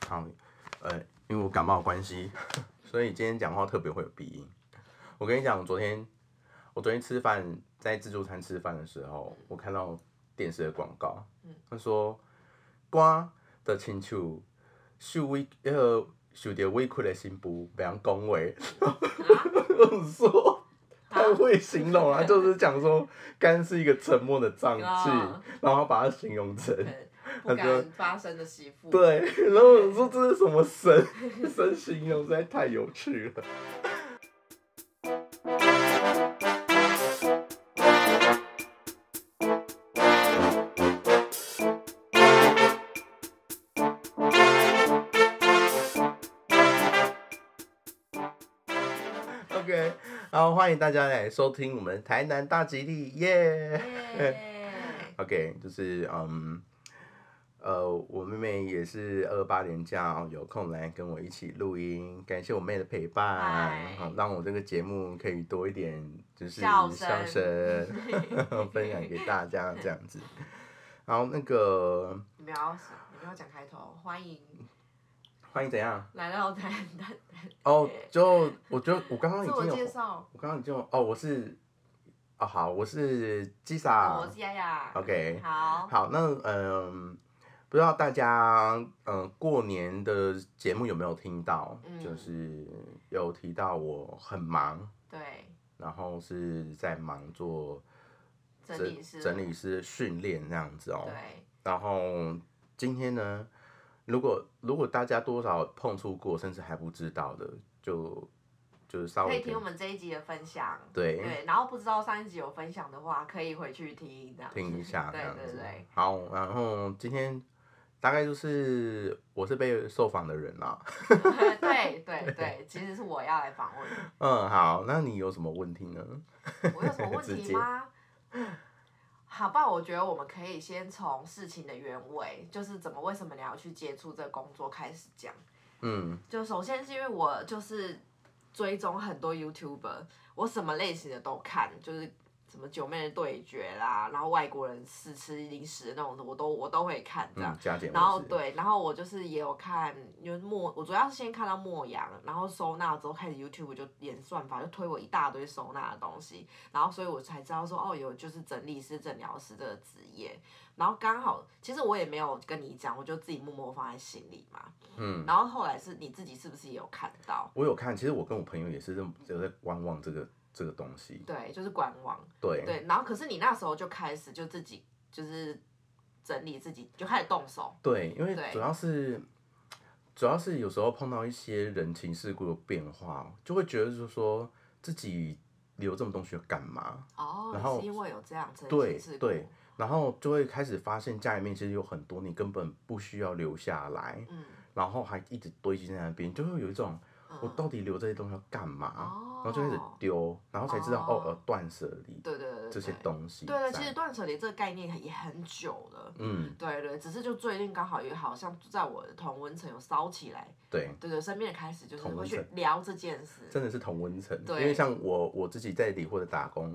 康，呃，因为我感冒的关系， 所以今天讲话特别会有鼻音。我跟你讲，昨天我昨天吃饭在自助餐吃饭的时候，我看到电视的广告，他说瓜的亲像受委那个受到委屈的新妇袂晓讲话， 啊我说。他会形容啊，就是讲说肝是一个沉默的脏器啊，然后把它形容成不敢发声的媳妇。对，然后我说这是什么神神形容，实在太有趣了。OK，好，欢迎大家来收听我们台南大吉利，耶、耶 OK，就是嗯，呃，我妹妹也是二八年假哦有空来跟我一起录音，感谢我妹的陪伴嗨，好让我这个节目可以多一点就是笑声笑声 分享给大家这样子。然后那个你们要你们要讲开头，欢迎欢迎怎样？来到台南。哦，就我觉得我刚刚已自我经介有，绍，我刚刚已经有哦，我是哦好，我是基啊萨，我是丫丫。 OK 好，好，那嗯、不知道大家嗯、过年的节目有没有听到？嗯就是有提到我很忙，对，然后是在忙做整理师，整理师训练这样子哦。对，然后今天呢，如果如果大家多少碰触过，甚至还不知道的，就就是稍可微以听我们这一集的分享。对对，然后不知道上一集有分享的话，可以回去听这样。听一 下这对样对子。对，好，然后今天大概就是我是被受访的人啦、对 对对，其实是我要来访问。嗯，好，那你有什么问题呢？我有什 么问直题接吗？好吧，我觉得我们可以先从事情的原委，就是怎么为什么你要去接触这个工作开始讲。嗯，就首先是因为我就是追踪很多 YouTuber，我什么类型的都看，就是什么九妹的对决啦，然后外国人试吃零食的那种的，我都我都会看这样嗯，。加减。然后，对，然后我就是也有看，因为莫我主要是先看到莫阳，然后收纳之后开始 YouTube 就演算法就推我一大堆收纳的东西，然后所以我才知道说哦有就是整理师、诊疗师这个职业，然后刚好其实我也没有跟你讲，我就自己默默放在心里嘛。嗯，然后后来是你自己是不是也有看到？我有看，其实我跟我朋友也是这么有在观望这个这个东西。对，就是官网对，对，然后可是你那时候就开始就自己就是整理自己，就开始动手。对因为对主要是主要是有时候碰到一些人情世故的变化，就会觉得就是说自己留这么东西干嘛？哦，然后是因为有这样真对情事故。对，然后就会开始发现家里面其实有很多你根本不需要留下来，嗯，然后还一直堆积在那边，就会有一种我嗯到底留这些东西要干嘛？哦，啊然后就开始丢，然后才知道哦哦，呃，断舍离对对对对这些对东西在。对对，其实断舍离这个概念也很久了。嗯，对对，只是就最近刚好也好像在我的同温层有烧起来，对，对对，身边的开始就是同温会去层聊这件事，真的是同温层。因对为像我我自己在理或者打工，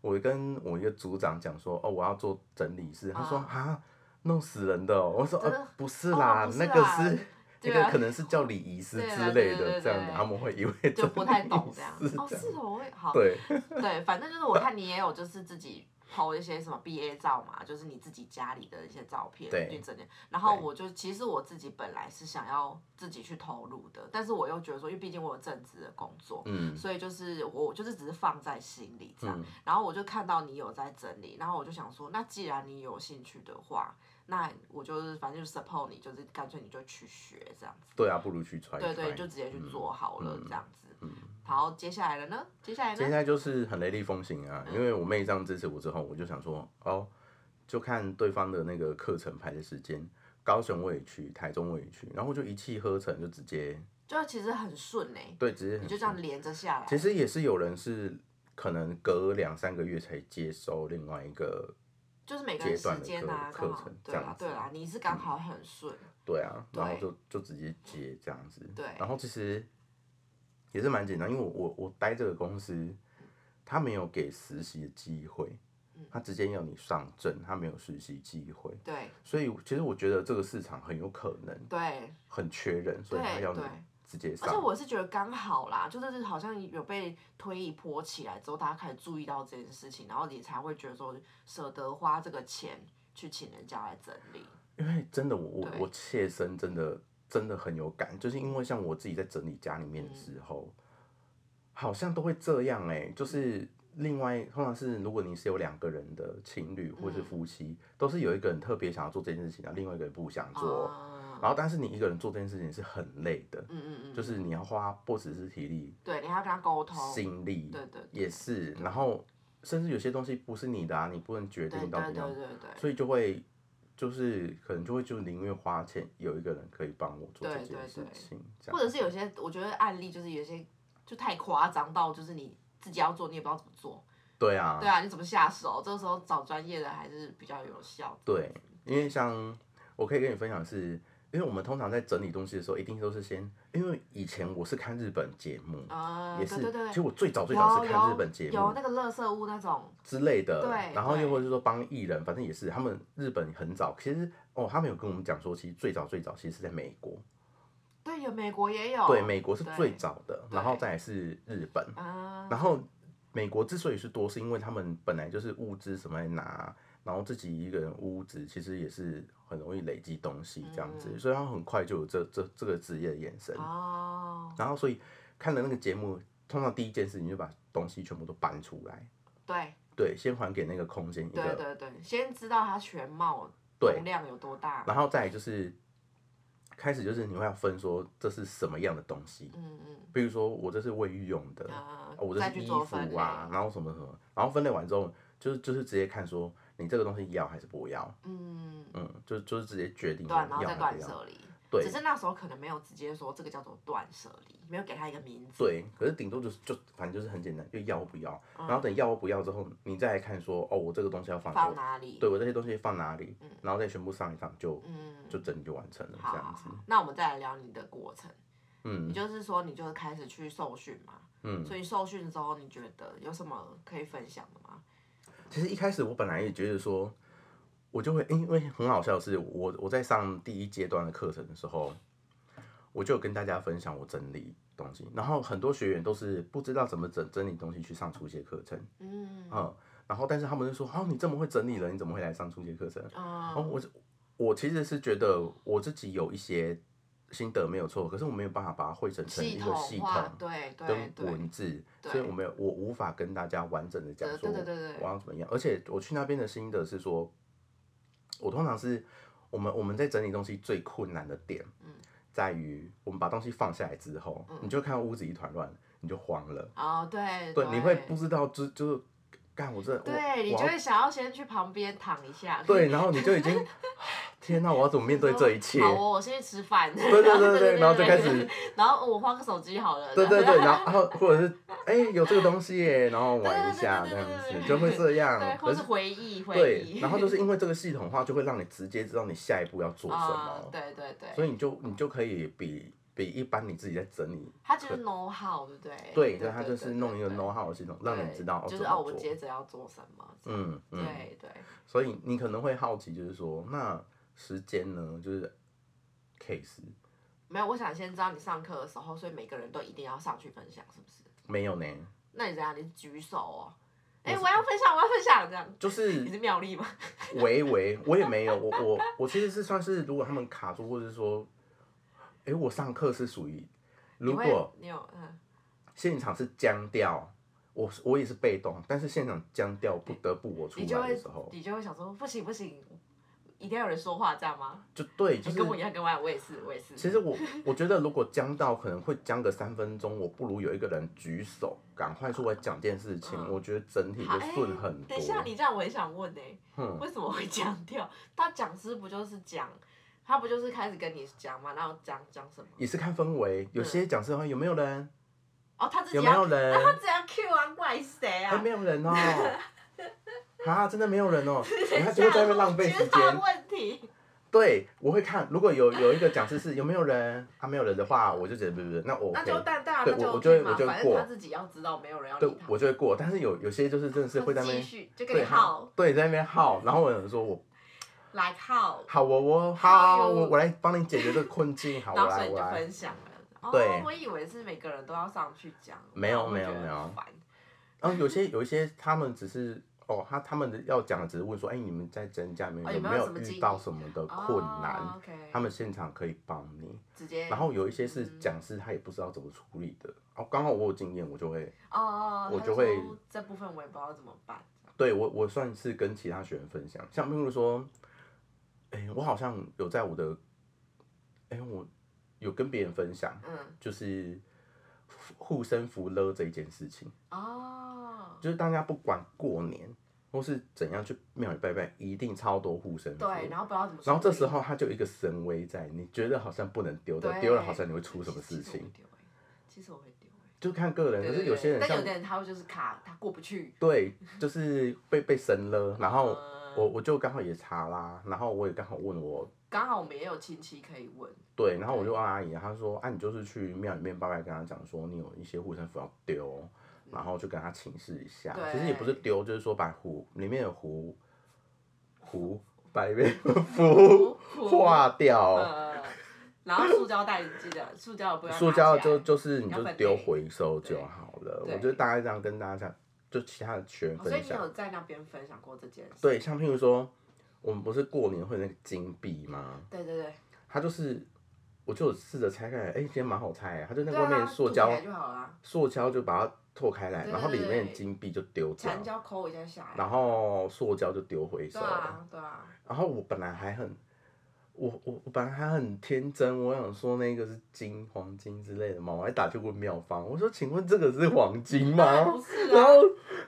我跟我一个组长讲说，哦，我要做整理师，他说啊啊，弄死人的、哦。我说真的呃，不是啦，哦不是那啦个是。那对个啊可能是叫礼仪师对啊之类对对的，对这样对子他们会以为就不太整理懂这样师。哦，是哦，我也好，对，对，反正就是我看你也有就是自己 PO 一些什么毕业照嘛，就是你自己家里的一些照片，对就整理。然后对我就其实我自己本来是想要自己去投入的，但是我又觉得说，因为毕竟我有正职的工作，嗯所以就是我就是只是放在心里这样。嗯然后我就看到你有在整理，然后我就想说，那既然你有兴趣的话，那我就是反正就 support 你，就是干脆你就去学这样子。对啊，不如去揣一揣。对对，就直接去做好了嗯这样子。好，接下来了呢？接下来现呢？嗯在就是很雷厉风行啊，因为我妹这样支持我之后，我就想说，哦，就看对方的那个课程排的时间，高雄我也去，台中我也去，然后我就一气呵成，就直接就其实很顺呢、欸对，直接很你就这样连着下来。其实也是有人是可能隔两三个月才接收另外一个，就是每个人时间啊，阶段的课刚好课程对这啦样子对啦，你是刚好很顺，对啊，对然后就就直接接这样子，对然后其实也是蛮简单，因为我我我待这个公司，他没有给实习的机会，嗯，他直接要你上阵，他没有实习机会，对所以其实我觉得这个市场很有可能对很缺人，所以他要对你对。直接而且上。我是觉得刚好啦，就是好像有被推一波起来之后，大家开始注意到这件事情，然后你才会觉得说舍得花这个钱去请人家来整理。因为真的，我我对我切身真的真的很有感，就是因为像我自己在整理家里面之嗯后，好像都会这样哎、就是另外通常是如果你是有两个人的情侣或是嗯夫妻，都是有一个人特别想要做这件事情，然后另外一个人不想做，啊然后但是你一个人做这件事情是很累的，嗯嗯嗯，就是你要花不只是体力、对，你还要跟他沟通，心力，哦对对对也是，然后甚至有些东西不是你的啊，你不能决对定到对底要对对对。所以就会就是可能就会就宁愿花钱有一个人可以帮我做这对件对事对情，这或样者是有些，我觉得案例就是有些就太夸张到，就是你自己要做，你也不知道怎么做。对啊对啊，你怎么下手？这个时候找专业的还是比较有效的。对，因为像我可以跟你分享的是，因为我们通常在整理东西的时候，一定都是先，因为以前我是看日本节目。啊、也对是，对对其实对，我最早最早有是看日有本节有目那个垃圾屋那种，之类的，对然后又对或者是说帮艺人，反正也是，他们日本很早，其实哦，他们有跟我们讲说，其实最早最早其实是在美国，对，有美国也有。对，美国是哦对最早的，然后对再来是日本，啊、然后美国之所以是多，是因为他们本来就是物资什么来拿，然后自己一个人屋子，其实也是很容易累积东西这样子，嗯所以他很快就有这这这个职业的延伸。哦，然后所以看了那个节目，通常第一件事情就把东西全部都搬出来，对对，先还给那个空间一对个对对，先知道它全貌对容量有多大。然后再来就是开始就是你会要分说这是什么样的东西，嗯嗯比如说我这是卫浴用的，啊、哦我这再是去衣做服分类。啊，然后什么什么，然后分类完之后，就是就是直接看说你这个东西要还是不要，嗯，嗯，就就是直接决定对，啊然后要再还断不要。舍离。对只是那时候可能没有直接说这个叫做断舍离，没有给它一个名字。对，可是顶多就是就反正就是很简单，就要或不要，嗯然后等要或不要之后，你再来看说哦，我这个东西要放放哪，哪里？对我这些东西放哪里，然后再全部上一上就嗯，就整理就完成了好这好样子好。。那我们再来聊你的过程，你嗯就是说你就是开始去受训嘛，嗯，所以受训之后你觉得有什么可以分享的吗？其实一开始我本来也觉得说，我就会因为很好笑的是，我我在上第一阶段的课程的时候，我就有跟大家分享我整理东西，然后很多学员都是不知道怎么整整理东西去上初阶课程，嗯嗯，然后但是他们就说，哦，你这么会整理了，你怎么会来上初阶课程？嗯，哦，我我其实是觉得我自己有一些心得没有错，可是我没有办法把它汇整成一系个统系化统，。对对跟对，文字，对所以我没有我无法跟大家完整的讲对说对对对对我要怎么样。而且我去那边的心得是说，我通常是我们我们在整理东西最困难的点，嗯在于我们把东西放下来之后，你就看到屋子一团乱，你就慌了，哦对对，你会不知道就就是干我这我对，你我就要会想要先去旁边躺一下。 对，然后你就已经啊天哪、我要怎么面对这一切？好哦，我先去吃饭。对 对对对对，然后就开始，然后我换个手机好啊了。对对对，然后或者是哎、有这个东西耶，然后玩一下这对样对对对对子，对就会这样对，。或可是回忆回对，忆。然后就是因为这个系统化，就会让你直接知道你下一步要做什啊么，对对对，所以你就你就可以比比一般你自己在整理，他就是 know how，对不哎对？对，那它就是弄一个对 know how 的系统，让你对知道就是怎么哦，我做接着要做什么。嗯嗯，对对，所以你可能会好奇，就是说那时间呢，就是 case 没有，我想先知道你上课的时候，所以每个人都一定要上去分享，是不是？没有呢，那你怎样？你举手哦。哎，我要分享，我要分享，这样。就是 你是妙丽吗？微微，我也没有，我我我其实是算是，如果他们卡住，或者是说，哎、我上课是属于，如你会果你有嗯，现场是僵掉，我我也是被动，但是现场僵掉不得不我出你就来的会时候，你就会想说不行不行，一定要有人说话，这样吗？就对，就哎是跟我一样，跟我一样，我也是，我也是。其实我 我觉得如果僵到可能会僵个三分钟，我不如有一个人举手，赶快出来讲件事情，嗯我觉得整体好就顺很多哎等一。下，你这样我也想问呢、嗯为什么会讲掉？他讲师不就是讲，他不就是开始跟你讲嘛，然后讲讲什么？也是看氛围，有些讲师的话有没有人，哦，他自己有没有要，人那， 他自己要 Q 啊，怪谁还啊没？有人 哦、啊，真的没有人哦、你等一看就下会在那边浪费我觉时得他间的。问题，对，我会看。如果有有一个讲师是有没有人，他、啊、没有人的话，我就觉得不不不，那我那 OK，就淡淡，对那就我我 OK 就会嘛，我就会反正过他自己要知道没有人要对理他，我就会过。但是有有些就是真的是会在那继边续就跟你对耗，对在那边耗，然后我有人说我来耗，好我我好好哟我我来帮你解决这个困境，好然我后所来以你我就来分。享了。对哦，我以为是每个人都要上去讲，没有然后我没有觉得没有很烦然后有些有一些他们只是哦他他们的要讲的只是问说，哎、你们在增加没有、哦有有没有没什有么经遇历到什么的困难？哦 OK，他们现场可以帮你，直接，然后有一些是嗯讲师他也不知道怎么处理的，哦，刚好我有经验，我就会哦哦，哦我他就会说这部分我也不知道怎么办。对我，我算是跟其他学员分享，像譬如说，哎、我好像有在我的，哎、我有跟别人分享，嗯，就是护身符勒这一件事情，哦，就是大家不管过年或是怎样去庙里拜拜，一定超多护身符。对，然后不知道怎么处理，然后这时候它就有一个神威在，你觉得好像不能丢的，对丢了好像你会出什么事其实我会情，丢欸？其实我会丢欸。就看个人。对可对是有些人对但有像的人他会就是卡，他过不去。对，就是被被神勒，然后嗯我我就刚好也查啦，然后我也刚好问我刚好我们也有亲戚可以问，对，然后我就问阿姨，她说啊，你就是去庙里面拜拜，跟她讲说你有一些护身符要丢，然后就跟她请示一下。其实也不是丢，就是说把符里面的符符把里面 的符化掉，呃，然后塑胶袋你记得，塑胶啊不要拿塑胶起来就就是你要就分丢类回收就对好了。对我就大概这样跟大家讲，就其他的学员哦所以分你享。有在那边分享过这件事？对，像譬如说，我们不是过年会有那个金币吗？对对对，它它就是。我就有试着拆开来，哎、今天蛮好拆、它就那啊个外面塑胶就好啦，塑胶就把它拓开来，对然后里面对的金币就丢掉缠，胶抠一下下来。然后塑胶就丢回收对。啊对啊，然后我本来还很，我我我本来还很天真，我想说那个是金黄金之类的嘛，我还打去问妙方，我说请问这个是黄金当然吗？不 是 然啊，后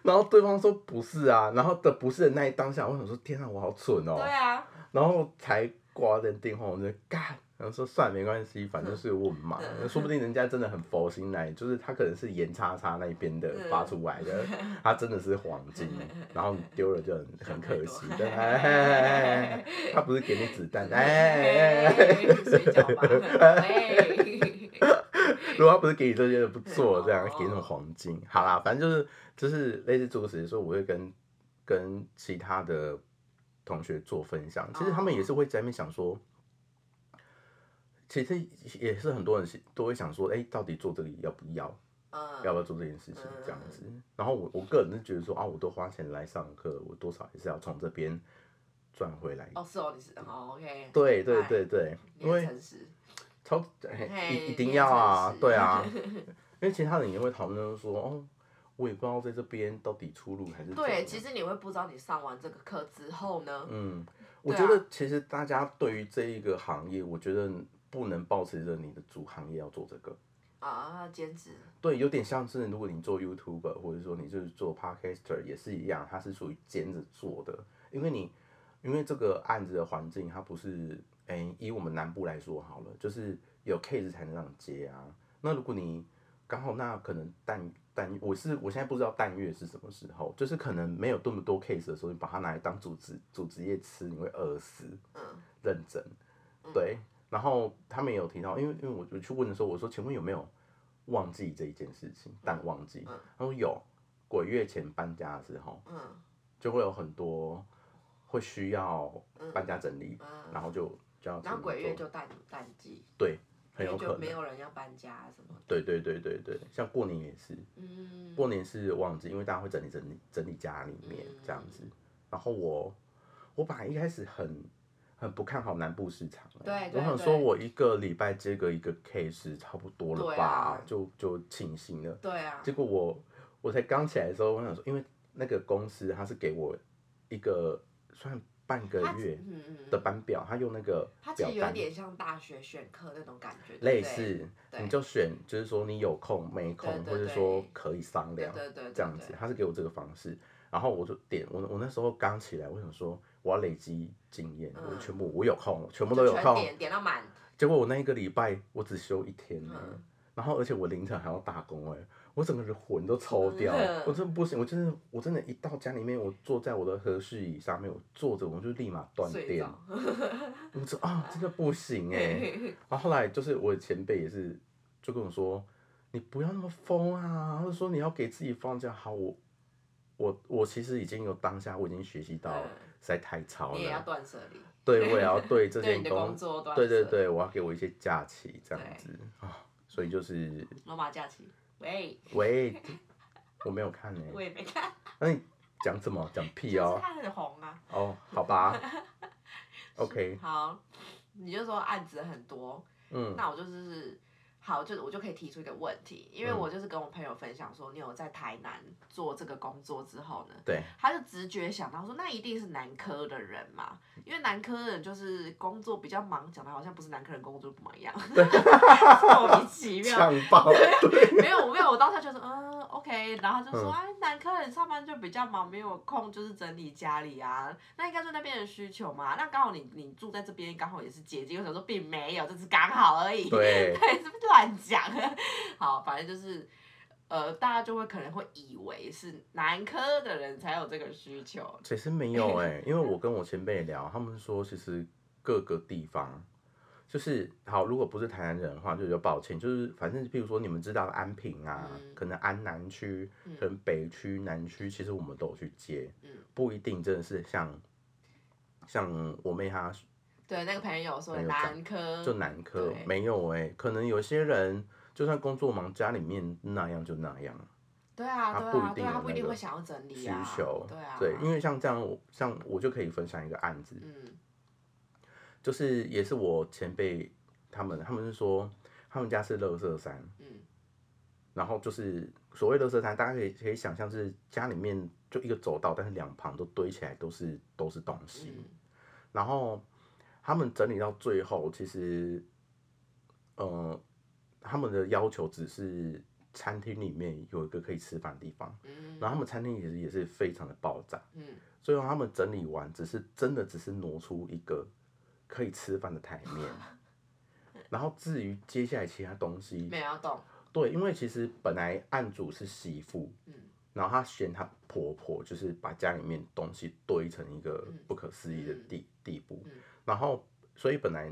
然后对方说不是啊，然后的不是的那一当下，我想说天啊，我好蠢哦、对啊，然后才挂掉电话，我就干。然后说算了没关系，反正是问嘛，说不定人家真的很佛心来，就是他可能是盐叉叉那一边的嗯发出来的，他真的是黄金，然后你丢了就很很可惜的，想太多哎哎哎 哎他不是给你子弹，哎，哎哎睡觉 吧，哎喂，如果他不是给你这些就不做，这样哦给你黄金，好啦，反正就是就是类似做事，所以我会跟跟其他的同学做分享，其实他们也是哦会在那边想说，其实也是很多人是都会想说，哎、到底做这个要不要， 要嗯，不要做这件事情这样子。然后我我个人是觉得说啊，我都花钱来上课，我多少也是要从这边赚回来。哦是哦，你是哦 OK，对对哎对对，你因很为诚实，超哎嘿一一你定也要啊诚，实对啊， 因为其他人也会讨论说，哦，我也不知道在这边到底出路还是怎么对，样其实你会不知道你上完这个课之后呢，嗯，我对觉啊得其实大家对于这一个行业，我觉得不能保持着你的主行业要做这个。啊，兼职，对，有点像是如果你做 YouTuber，或者说你就是做 Podcaster 也是一样，它是属于兼着做的，因为你因为这个案子的环境，它不是诶、以我们南部来说好了，就是有 case 才能让你接啊。那如果你刚好那可能淡淡，我是我现在不知道淡月是什么时候，就是可能没有这么多 case 的时候，你把它拿来当主职主职业吃，你会饿死。嗯认真，对。然后他们也有提到，因为因为我我去问的时候，我说请问有没有忘记这一件事情？但忘记，他说有。鬼月前搬家的时候，嗯就会有很多会需要搬家整理，嗯，然后就就要然后请鬼做月就淡淡季，对，很因有为可就没能。有人要搬家啊什么的，对对对对对，像过年也是，嗯，过年是忘记，因为大家会整理整理整理家里面这样子。然后我我本来一开始很很不看好南部市场、欸对对我想说对我一个礼拜接个一个 case 差不多了对吧，啊就就庆幸了。对啊，结果我我才刚起来的时候，我想说，因为那个公司它是给我一个算半个他月嗯嗯的嗯，班表，它用那个它其表实有单一点像大学选课那种感觉，对不类对，似，对你就选就是说你有空没空，对对或者对说可以商对量。对对，对这样子，，他是给我这个方式，然后我就点我我那时候刚起来，我想说我要累积经验，嗯我全部我有空，全我部都有空。点点到满，结果我那一个礼拜我只休一天呢，嗯然后而且我凌晨还要打工哎、我整个人魂都抽掉真的，我真的不行，我真的我真的，一到家里面，我坐在我的和适椅上面，我坐着我就立马断睡电着，，我说啊，真的不 行哎、然后后来就是我的前辈也是就跟我说，你不要那么疯啊，他就说你要给自己放假。好，我我我其实已经有当下我已经学习到嗯实在太超你也要了，断舍离，对我也要 对这对件你的工工，作断对对舍离，对，我要给我一些假期这样对子啊，所以就是罗马假期，喂，喂，我没有看呢、我也没看，那你讲什么？讲屁就是哎哦，它很红啊。哦，好 吧，OK，好，你就说案子很多，嗯那我就是好，就是我就可以提出一个问题，因为嗯我就是跟我朋友分享说，你有在台南做这个工作之后呢，对，他就直觉想到说，那一定是南科的人嘛，因为南科的人就是工作比较忙，讲的好像不是南科人工作不忙一样， 莫名其妙。呛 爆，没有没有，我当时就说嗯 OK，然后他就说、哎，南科人上班就比较忙，没有空就是整理家里啊，那应该是那边的需求嘛。那刚好你你住在这边，刚好也是接近，我想说并没有，这是刚好而已。对， 对，是不是乱讲？好，反正就是，呃，大家就会可能会以为是男科的人才有这个需求，其实没有哎、因为我跟我前辈聊，他们说其实各个地方，就是好，如果不是台南人的话，就有抱歉，就是反正譬如说你们知道的安平啊，嗯可能安南区、嗯可能北区、南区，其实我们都有去接，嗯不一定真的是像像我妹她对，那个朋友说朋友讲男科，就南科嗯对没有哎、可能有些人就算工作忙，家里面那样就那样。对啊，他对不一啊，对定有啊，他不一那定个会想要整理需啊，求，对啊，因为像这样，我像我就可以分享一个案子，嗯就是也是我前辈他们，他们是说他们家是乐色山，嗯然后就是所谓乐色山，大家可以可以想象是家里面就一个走道，但是两旁都堆起来都是都是东西，嗯，然后他们整理到最后，其实，呃，他们的要求只是餐厅里面有一个可以吃饭的地方，嗯然后他们餐厅其实也是非常的爆炸。嗯最后他们整理完，只是真的只是挪出一个可以吃饭的台面。然后至于接下来其他东西，没有要动，对，因为其实本来案主是媳妇，嗯然后她嫌她婆婆就是把家里面东西堆成一个嗯不可思议的嗯地、地步，嗯然后所以本来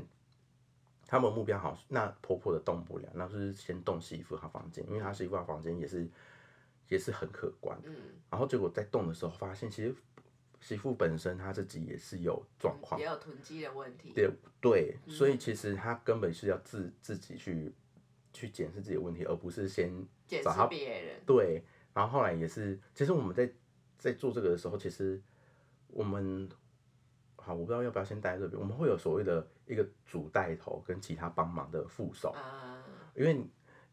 他们目标好，那婆婆的动不了，那就是先动媳妇她房间，因为她媳妇她房间也是也是很可观，嗯，然后结果在动的时候发现，其实媳妇本身她自己也是有状况嗯也，有囤积的问题，对对，嗯所以其实她根本是要自自己去去检视自己的问题，而不是先检视找他别人，对。然后后来也是，其实我们在在做这个的时候，其实我们好，我不知道要不要先带这边，我们会有所谓的一个主带头跟其他帮忙的副手，嗯因为你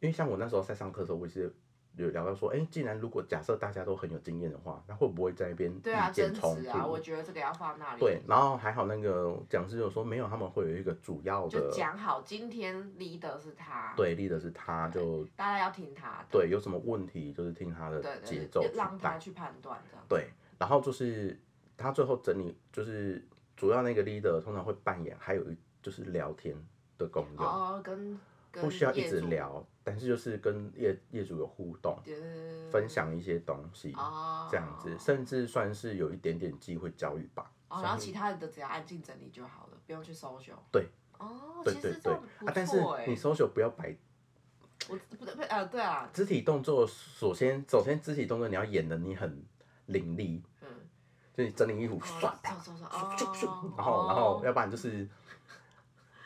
因为像我那时候在上课的时候，我也是有聊到说，哎、既然如果假设大家都很有经验的话，那会不会在那边对啊，意见争冲执突？啊，我觉得这个要放那里，对，然后还好那个讲师有说没有，他们会有一个主要就的讲好，今天 leader 是他，对立的是他就大家要听他的，对有什么问题就是听他的对对节对，奏就去让他带去判断这样。对，然后就是他最后整理就是主要那个 leader 通常会扮演，还有一就是聊天的功用，哦，跟跟不需要一业直主，聊，但是就是跟业业主有互动，对对对对分享一些东西。哦，这样子，甚至算是有一点点机会教育吧。哦，然后其他的只要按静整理就好了，不用去搜寻。对。哦，对其对实这对，样不啊，但是错哎、你 social 不要摆我不对不呃对啊，肢体动作，首先首先肢体动作你要演的你很凌厉，嗯，就你整理衣服唰哦，啪，搜搜搜，咻咻咻哦，然后然后哦要不然就是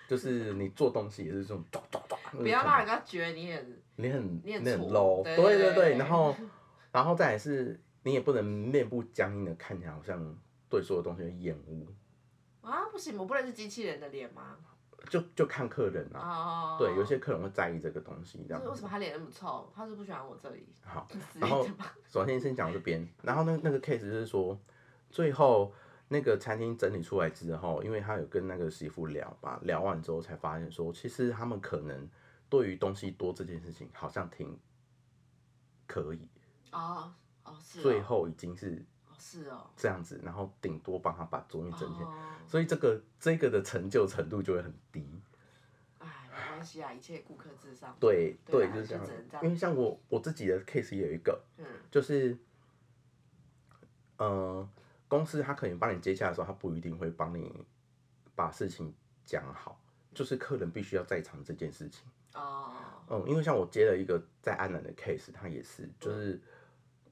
就是你做东西也是这种抓抓抓，不要让人家觉得你很你很你很很挫 low，对对对，对对然后然后再来是你也不能面部僵硬的看起来好像对所有东西有厌恶，啊不行，我不能是机器人的脸吗？就就看客人啊，哦，对，有些客人会在意这个东西，这就样是为什么他脸那么臭？他是不喜欢我这里好。之然后类的吧？首先先讲这边，然后那那个 case 就是说，最后那个餐厅整理出来之后，因为他有跟那个媳妇聊吧，聊完之后才发现说，其实他们可能对于东西多这件事情好像挺可以，哦哦是哦，最后已经是哦是哦，这样子，然后顶多帮他把桌面整理起来，哦，所以这个这个的成就程度就会很低。哎，关系啊，一切顾客至上。对对对啊，就是这就样只能这。样因为像我我自己的 case 也有一个，嗯就是，呃，公司他可能帮你接洽的时候，他不一定会帮你把事情讲好，就是客人必须要在场这件事情。哦，嗯，因为像我接了一个在安南的 case，他也是，就是，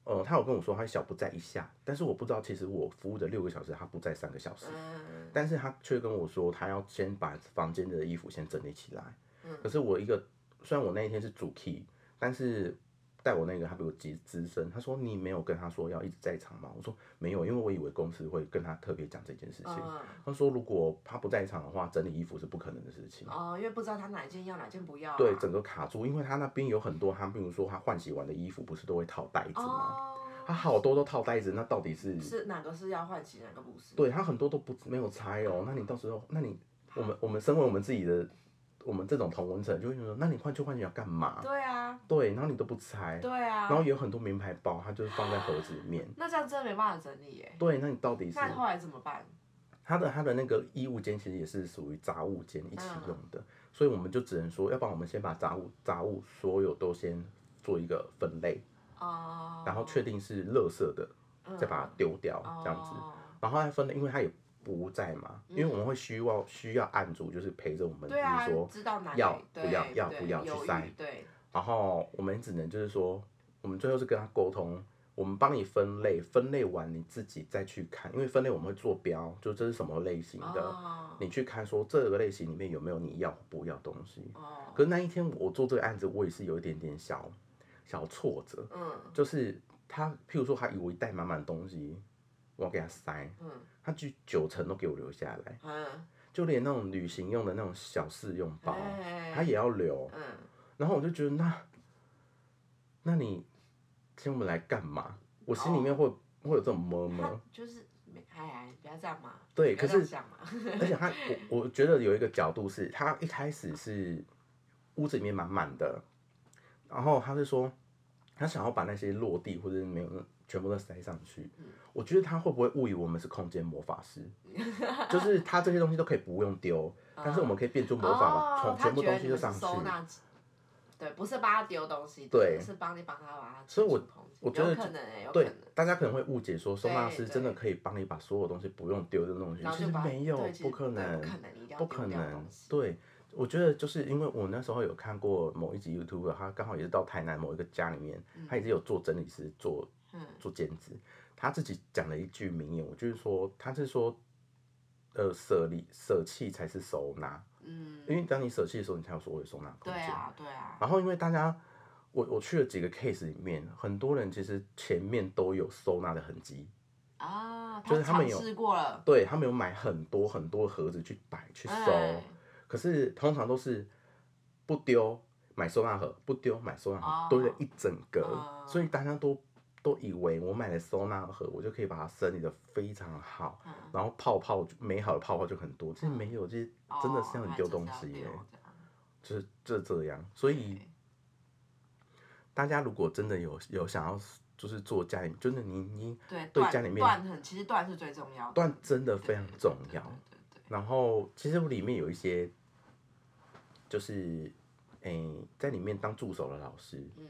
呃，他有跟我说他小不在一下，但是我不知道其实我服务的六个小时，他不在三个小时。嗯但是他却跟我说，他要先把房间的衣服先整理起来。嗯可是我一个，虽然我那一天是主 key，但是带我那个他比我资资深，他说你没有跟他说要一直在场吗？我说没有，因为我以为公司会跟他特别讲这件事情。嗯他说如果他不在场的话，整理衣服是不可能的事情。哦，因为不知道他哪一件要，哪件不要啊。对，整个卡住，因为他那边有很多，他比如说他换洗完的衣服不是都会套袋子吗？他哦，好多都套袋子，那到底是是哪个是要换洗，哪个不是？对他很多都不没有拆哦。那你到时候，那你我们我们身为我们自己的，我们这种同文层就会觉得说，那你换旧换新要干嘛？对啊，对，然后你都不拆，对然。啊后也有很多名牌包，它就是放在盒子里面。那这样真的没办法整理耶。对，那你到底是那后来怎么办？它的它的那个衣物间其实也是属于杂物间一起嗯用的，所以我们就只能说，要不然我们先把杂物杂物所有都先做一个分类，哦，然后确定是垃圾的，再把它丢掉，嗯这样子。哦嗯然后他分类，因为他也不在嘛，因为我们会需要需要案主就是陪着我们，比对啊，如说，知道哪里要对不要要对不要去犹豫塞对，然后我们只能就是说，我们最后是跟他沟通，我们帮你分类，分类完你自己再去看，因为分类我们会做标，就这是什么类型的，哦你去看说这个类型里面有没有你要或不要的东西。哦，可是那一天我做这个案子，我也是有一点点小小挫折，嗯就是他譬如说他以为带满满东西，我要给他塞，嗯他就九成都给我留下来。嗯，就连那种旅行用的那种小试用包，哎他也要留。嗯，然后我就觉得那，那你请我们来干嘛？我心里面哦会、会有这种么他 么，就是没哎哎，不要这样嘛，对。不要可这样是想嘛，而且他我我觉得有一个角度是，他一开始是屋子里面满满的，然后他是说他想要把那些落地或者是没有全部都塞上去。嗯我觉得他会不会误以为我们是空间魔法 师？就是他这些东西都可以不用丢，但是我们可以变出魔法嘛，从、嗯哦，他全部觉东得你西们就是上去。收纳，对，不是帮他丢东西，对是帮你帮他把它，所以我我觉得有可能哎，有可对能，，大家可能会误解说收纳对师对真的可以帮你把所有东西不用丢的东西然，后其就实把没有对，其实不可对能不，可能，你一定要不可丢掉能东西。对，我觉得就是因为我那时候有看过某一集 YouTube，他刚好也是到台南某一个家里面，他也是有做整理师，做嗯做兼职。他自己讲了一句名言，我就是说，他是说，呃，舍离舍弃才是收纳，嗯，因为当你舍弃的时候，你才有所谓的收纳空对间。啊，对啊，然后因为大家，我我去了几个 case 里面，很多人其实前面都有收纳的痕迹，啊，就是他们尝有试过了，对他们有买很多很多盒子去摆去收，哎可是通常都是不丢买收纳盒，不丢买收纳哦盒，堆了一整格，哦所以大家都都以为我买了收纳盒，我就可以把它整理的非常好，嗯然后泡泡就美好的泡泡就很多，其实没有，其实真的是哦让你还丢真东是要西耶、丢这样就是就这样，所以。对大家如果真的有有想要，就是做家里，就是你你对对断家里面断很，其实断是最重要的，断真的非常重要。对对对然后其实我里面有一些，就是诶、在里面当助手的老师，嗯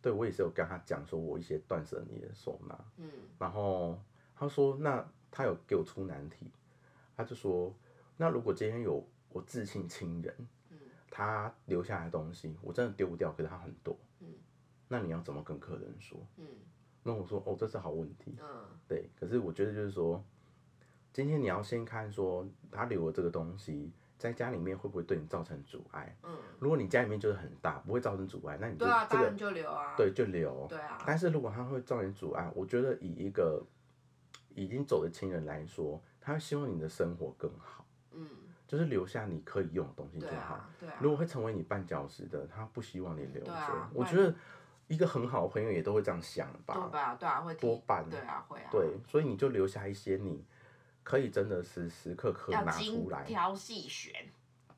对我也是有跟他讲说我一些断舍离的收纳，嗯然后他说那他有给我出难题，他就说那如果今天有我至亲亲人，嗯他留下来的东西我真的丢不掉，可是他很多，嗯那你要怎么跟客人说？嗯那我说哦，这是好问题。嗯对，可是我觉得就是说，今天你要先看说他留的这个东西在家里面会不会对你造成阻碍。嗯，如果你家里面就是很大，不会造成阻碍，那你就对啊，这当个然就留啊，对就留。对啊，但是如果他会造成阻碍，我觉得以一个已经走的亲人来说，他希望你的生活更好，嗯就是留下你可以用的东西就对好。啊对啊，如果会成为你绊脚石的，他不希望你留着。对啊我不然觉得一个很好的朋友也都会这样想吧。多吧对啊会提多半对啊会啊，对，所以你就留下一些你可以真的时时刻刻要拿精出来，挑细选，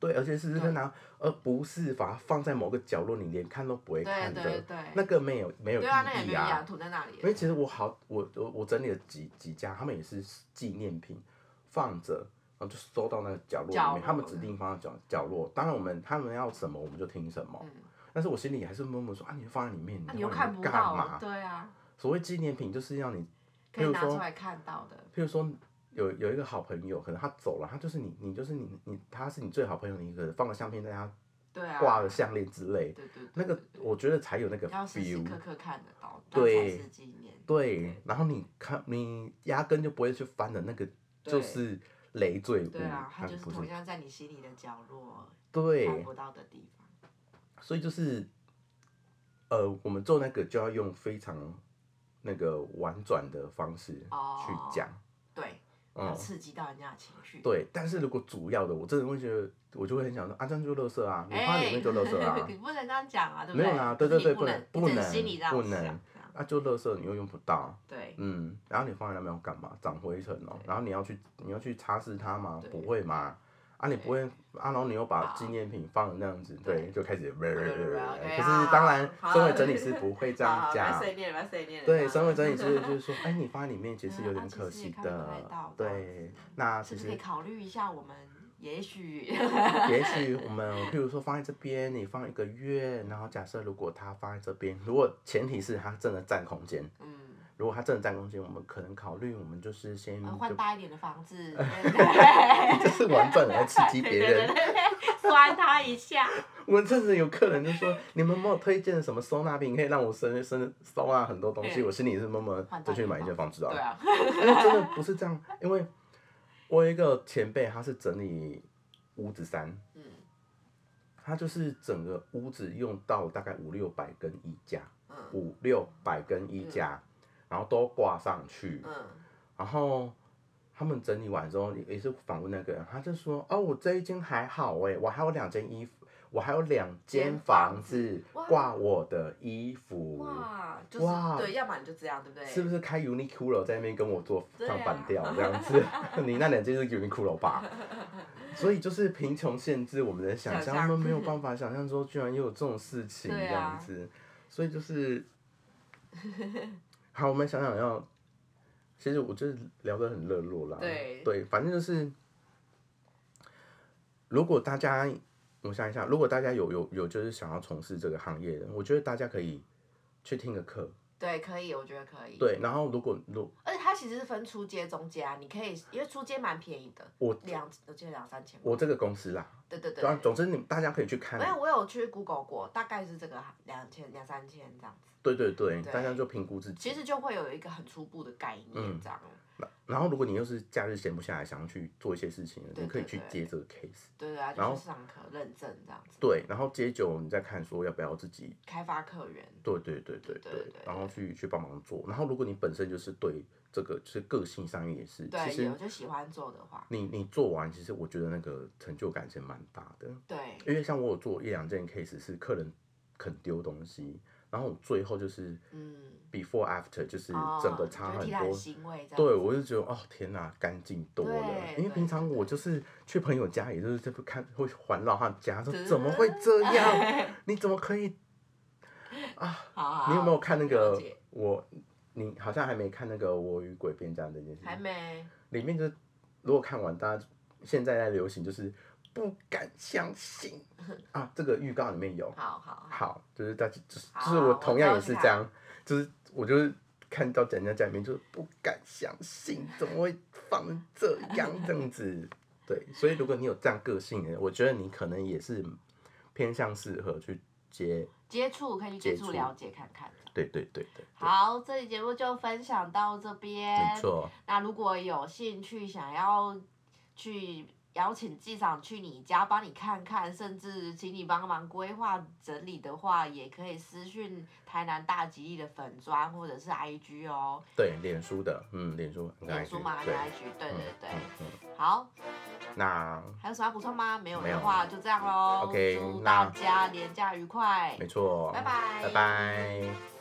对，而且时时刻对拿，而不是把它放在某个角落，你连看都不会对看的，对对，那个没有没有意对啊那也没义有啊养。土在那里因，为其实我好，我我我整理了几几家，他们也是纪念品，放着，然后就收到那个角落里角面，落他们指定放在角角落。当然我们他们要什么我们就听什么，但是我心里还是默默说啊，你放在里面，嗯那你又放在看里不面干到，嘛？对啊，所谓纪念品就是要你，可以譬如拿说出来看到的，譬如说有有一个好朋友，可能他走了，他就是你，你就是你，你他是你最好朋友，你可能放个相片在他对啊，挂了项链之类，对对对，那个我觉得才有那个要时时 feel。刻刻看得到，那对才是纪念，对，然后你看，你压根就不会去翻的那个，对就是累赘物，对啊，它它就是不同样在你心里的角落，看对，不到的地方，所以就是，呃，我们做那个就要用非常那个婉转的方式哦去讲，对，要嗯，刺激到人家的情绪，，对。但是如果主要的，我真的会觉得，我就会很想说，啊，这样就垃圾啊，你放在里面就垃圾啊哎 你不能这样讲啊，对不没对？有啦对对就是你对不能不不能心里这样不想能这样 啊，就垃圾，你又用不到，对嗯，然后你放在那边要干嘛？长灰尘哦、对然后你要去你要去擦拭它吗对？不会嘛？啊，你对不会啊，然后你又把好纪念品放的那样子，对啊对，就开始。可对是当然好，啊身为整理师不会这样好啊讲不要，碎念，不要碎念。对，身为整理师 就是说，哎，你放在里面其实有点可惜嗯啊其实也看不太的到，对，那其是不是可以实考虑一下我们？也许 也许我们譬如说放在这边，你放一个月，然后假设如果它放在这边，如果前提是它真的占空间，嗯，如果它真的占空间，我们可能考虑我们就是先呃就 换大一点的房子，对对这是婉转的来刺激别 对对人。对对，摔他一下。 我们甚至有客人就说：“你们有没有推荐什么收纳品可以让我生生收纳很多东西？”嗯我心里是默默换就大一去点买一间房子啊对。啊，因为真的不是这样，因为我有一个前辈，他是整理屋子山，嗯他就是整个屋子用到大概五六百根衣架，嗯五六百根衣架，然后都挂上去，嗯，然后他们整理完之后，也是访问那个人，他就说：“哦，我这一间还好哎，我还有两间衣服，我还有两间房子哇挂我的衣服，哇，就是哇对，要不然你就这样，对不对？是不是开 Uniqlo 在那边跟我做对啊唱反调这样子？ 你那两件是 Uniqlo 吧？所以就是贫穷限制我们的想想象，象他们没有办法想象说居然也有这种事情对啊这样子，所以就是， 好，我们想想要，其实我就是聊得很热络啦，对反正就是，如果大家，我想一下，如果大家有有有就是想要从事这个行业的，我觉得大家可以去听个课，对，可以，我觉得可以。，对，然后如果如而且它其实是分出街、中街啊，你可以，因为出街蛮便宜的，我两我记得两三千块。我这个公司啦，对对对对啊，总之你大家可以去看没，有，我有去 Google 过，大概是这个两千两三千这样子，对对对，对大家就评估自己。其实就会有一个很初步的概念嗯这样。然后如果你又是假日闲不下来，想要去做一些事情，对你可以对去对接这个 case。对对啊，然就后是上课认证这样子，对，然后接久你再看说要不要自己，开发客源。对对对对对对对然后去去帮忙做。然后如果你本身就是对这个就是个性上面也是，其对，实有就喜欢做的话，你你做完，其实我觉得那个成就感是蛮大的。对，因为像我有做一两件 case 是客人肯丢东西，然后我最后就是嗯， before after 就是哦整个你差就很替多，他很欣慰这样。对，，我就觉得哦，天哪，干净多对了。因为对平常我就是去朋友家，也就是这不看会环绕他家，说对怎么会 这样？你怎么可以？好好。你有没有看那了个解我？你好像还没看那个《我与鬼变家》这件事，还没？里面就是如果看完，大家现在在流行就是不敢相 信啊，这个预告里面有。好好好。好，就是大家就是好就是我同样我也知道是这样，就是我就是看到人家家里面就是不敢相信，怎么会放成这样这样子？对，所以如果你有这样个性的人，我觉得你可能也是偏向适合去接，接触可以去接接触触了解看看。对对对对，好，这期节目就分享到这边。没错，那如果有兴趣想要去邀请机长去你家帮你看看，甚至请你帮忙规划整理的话，也可以私讯台南大吉利的粉砖或者是 IG 哦，对，脸书的，嗯，脸书，脸书嘛，还有对， IG，对对对。嗯好，那还有什么要补充吗？没有没有的话就这样喽。 OK，祝那大家年假愉快没，错，拜拜，拜拜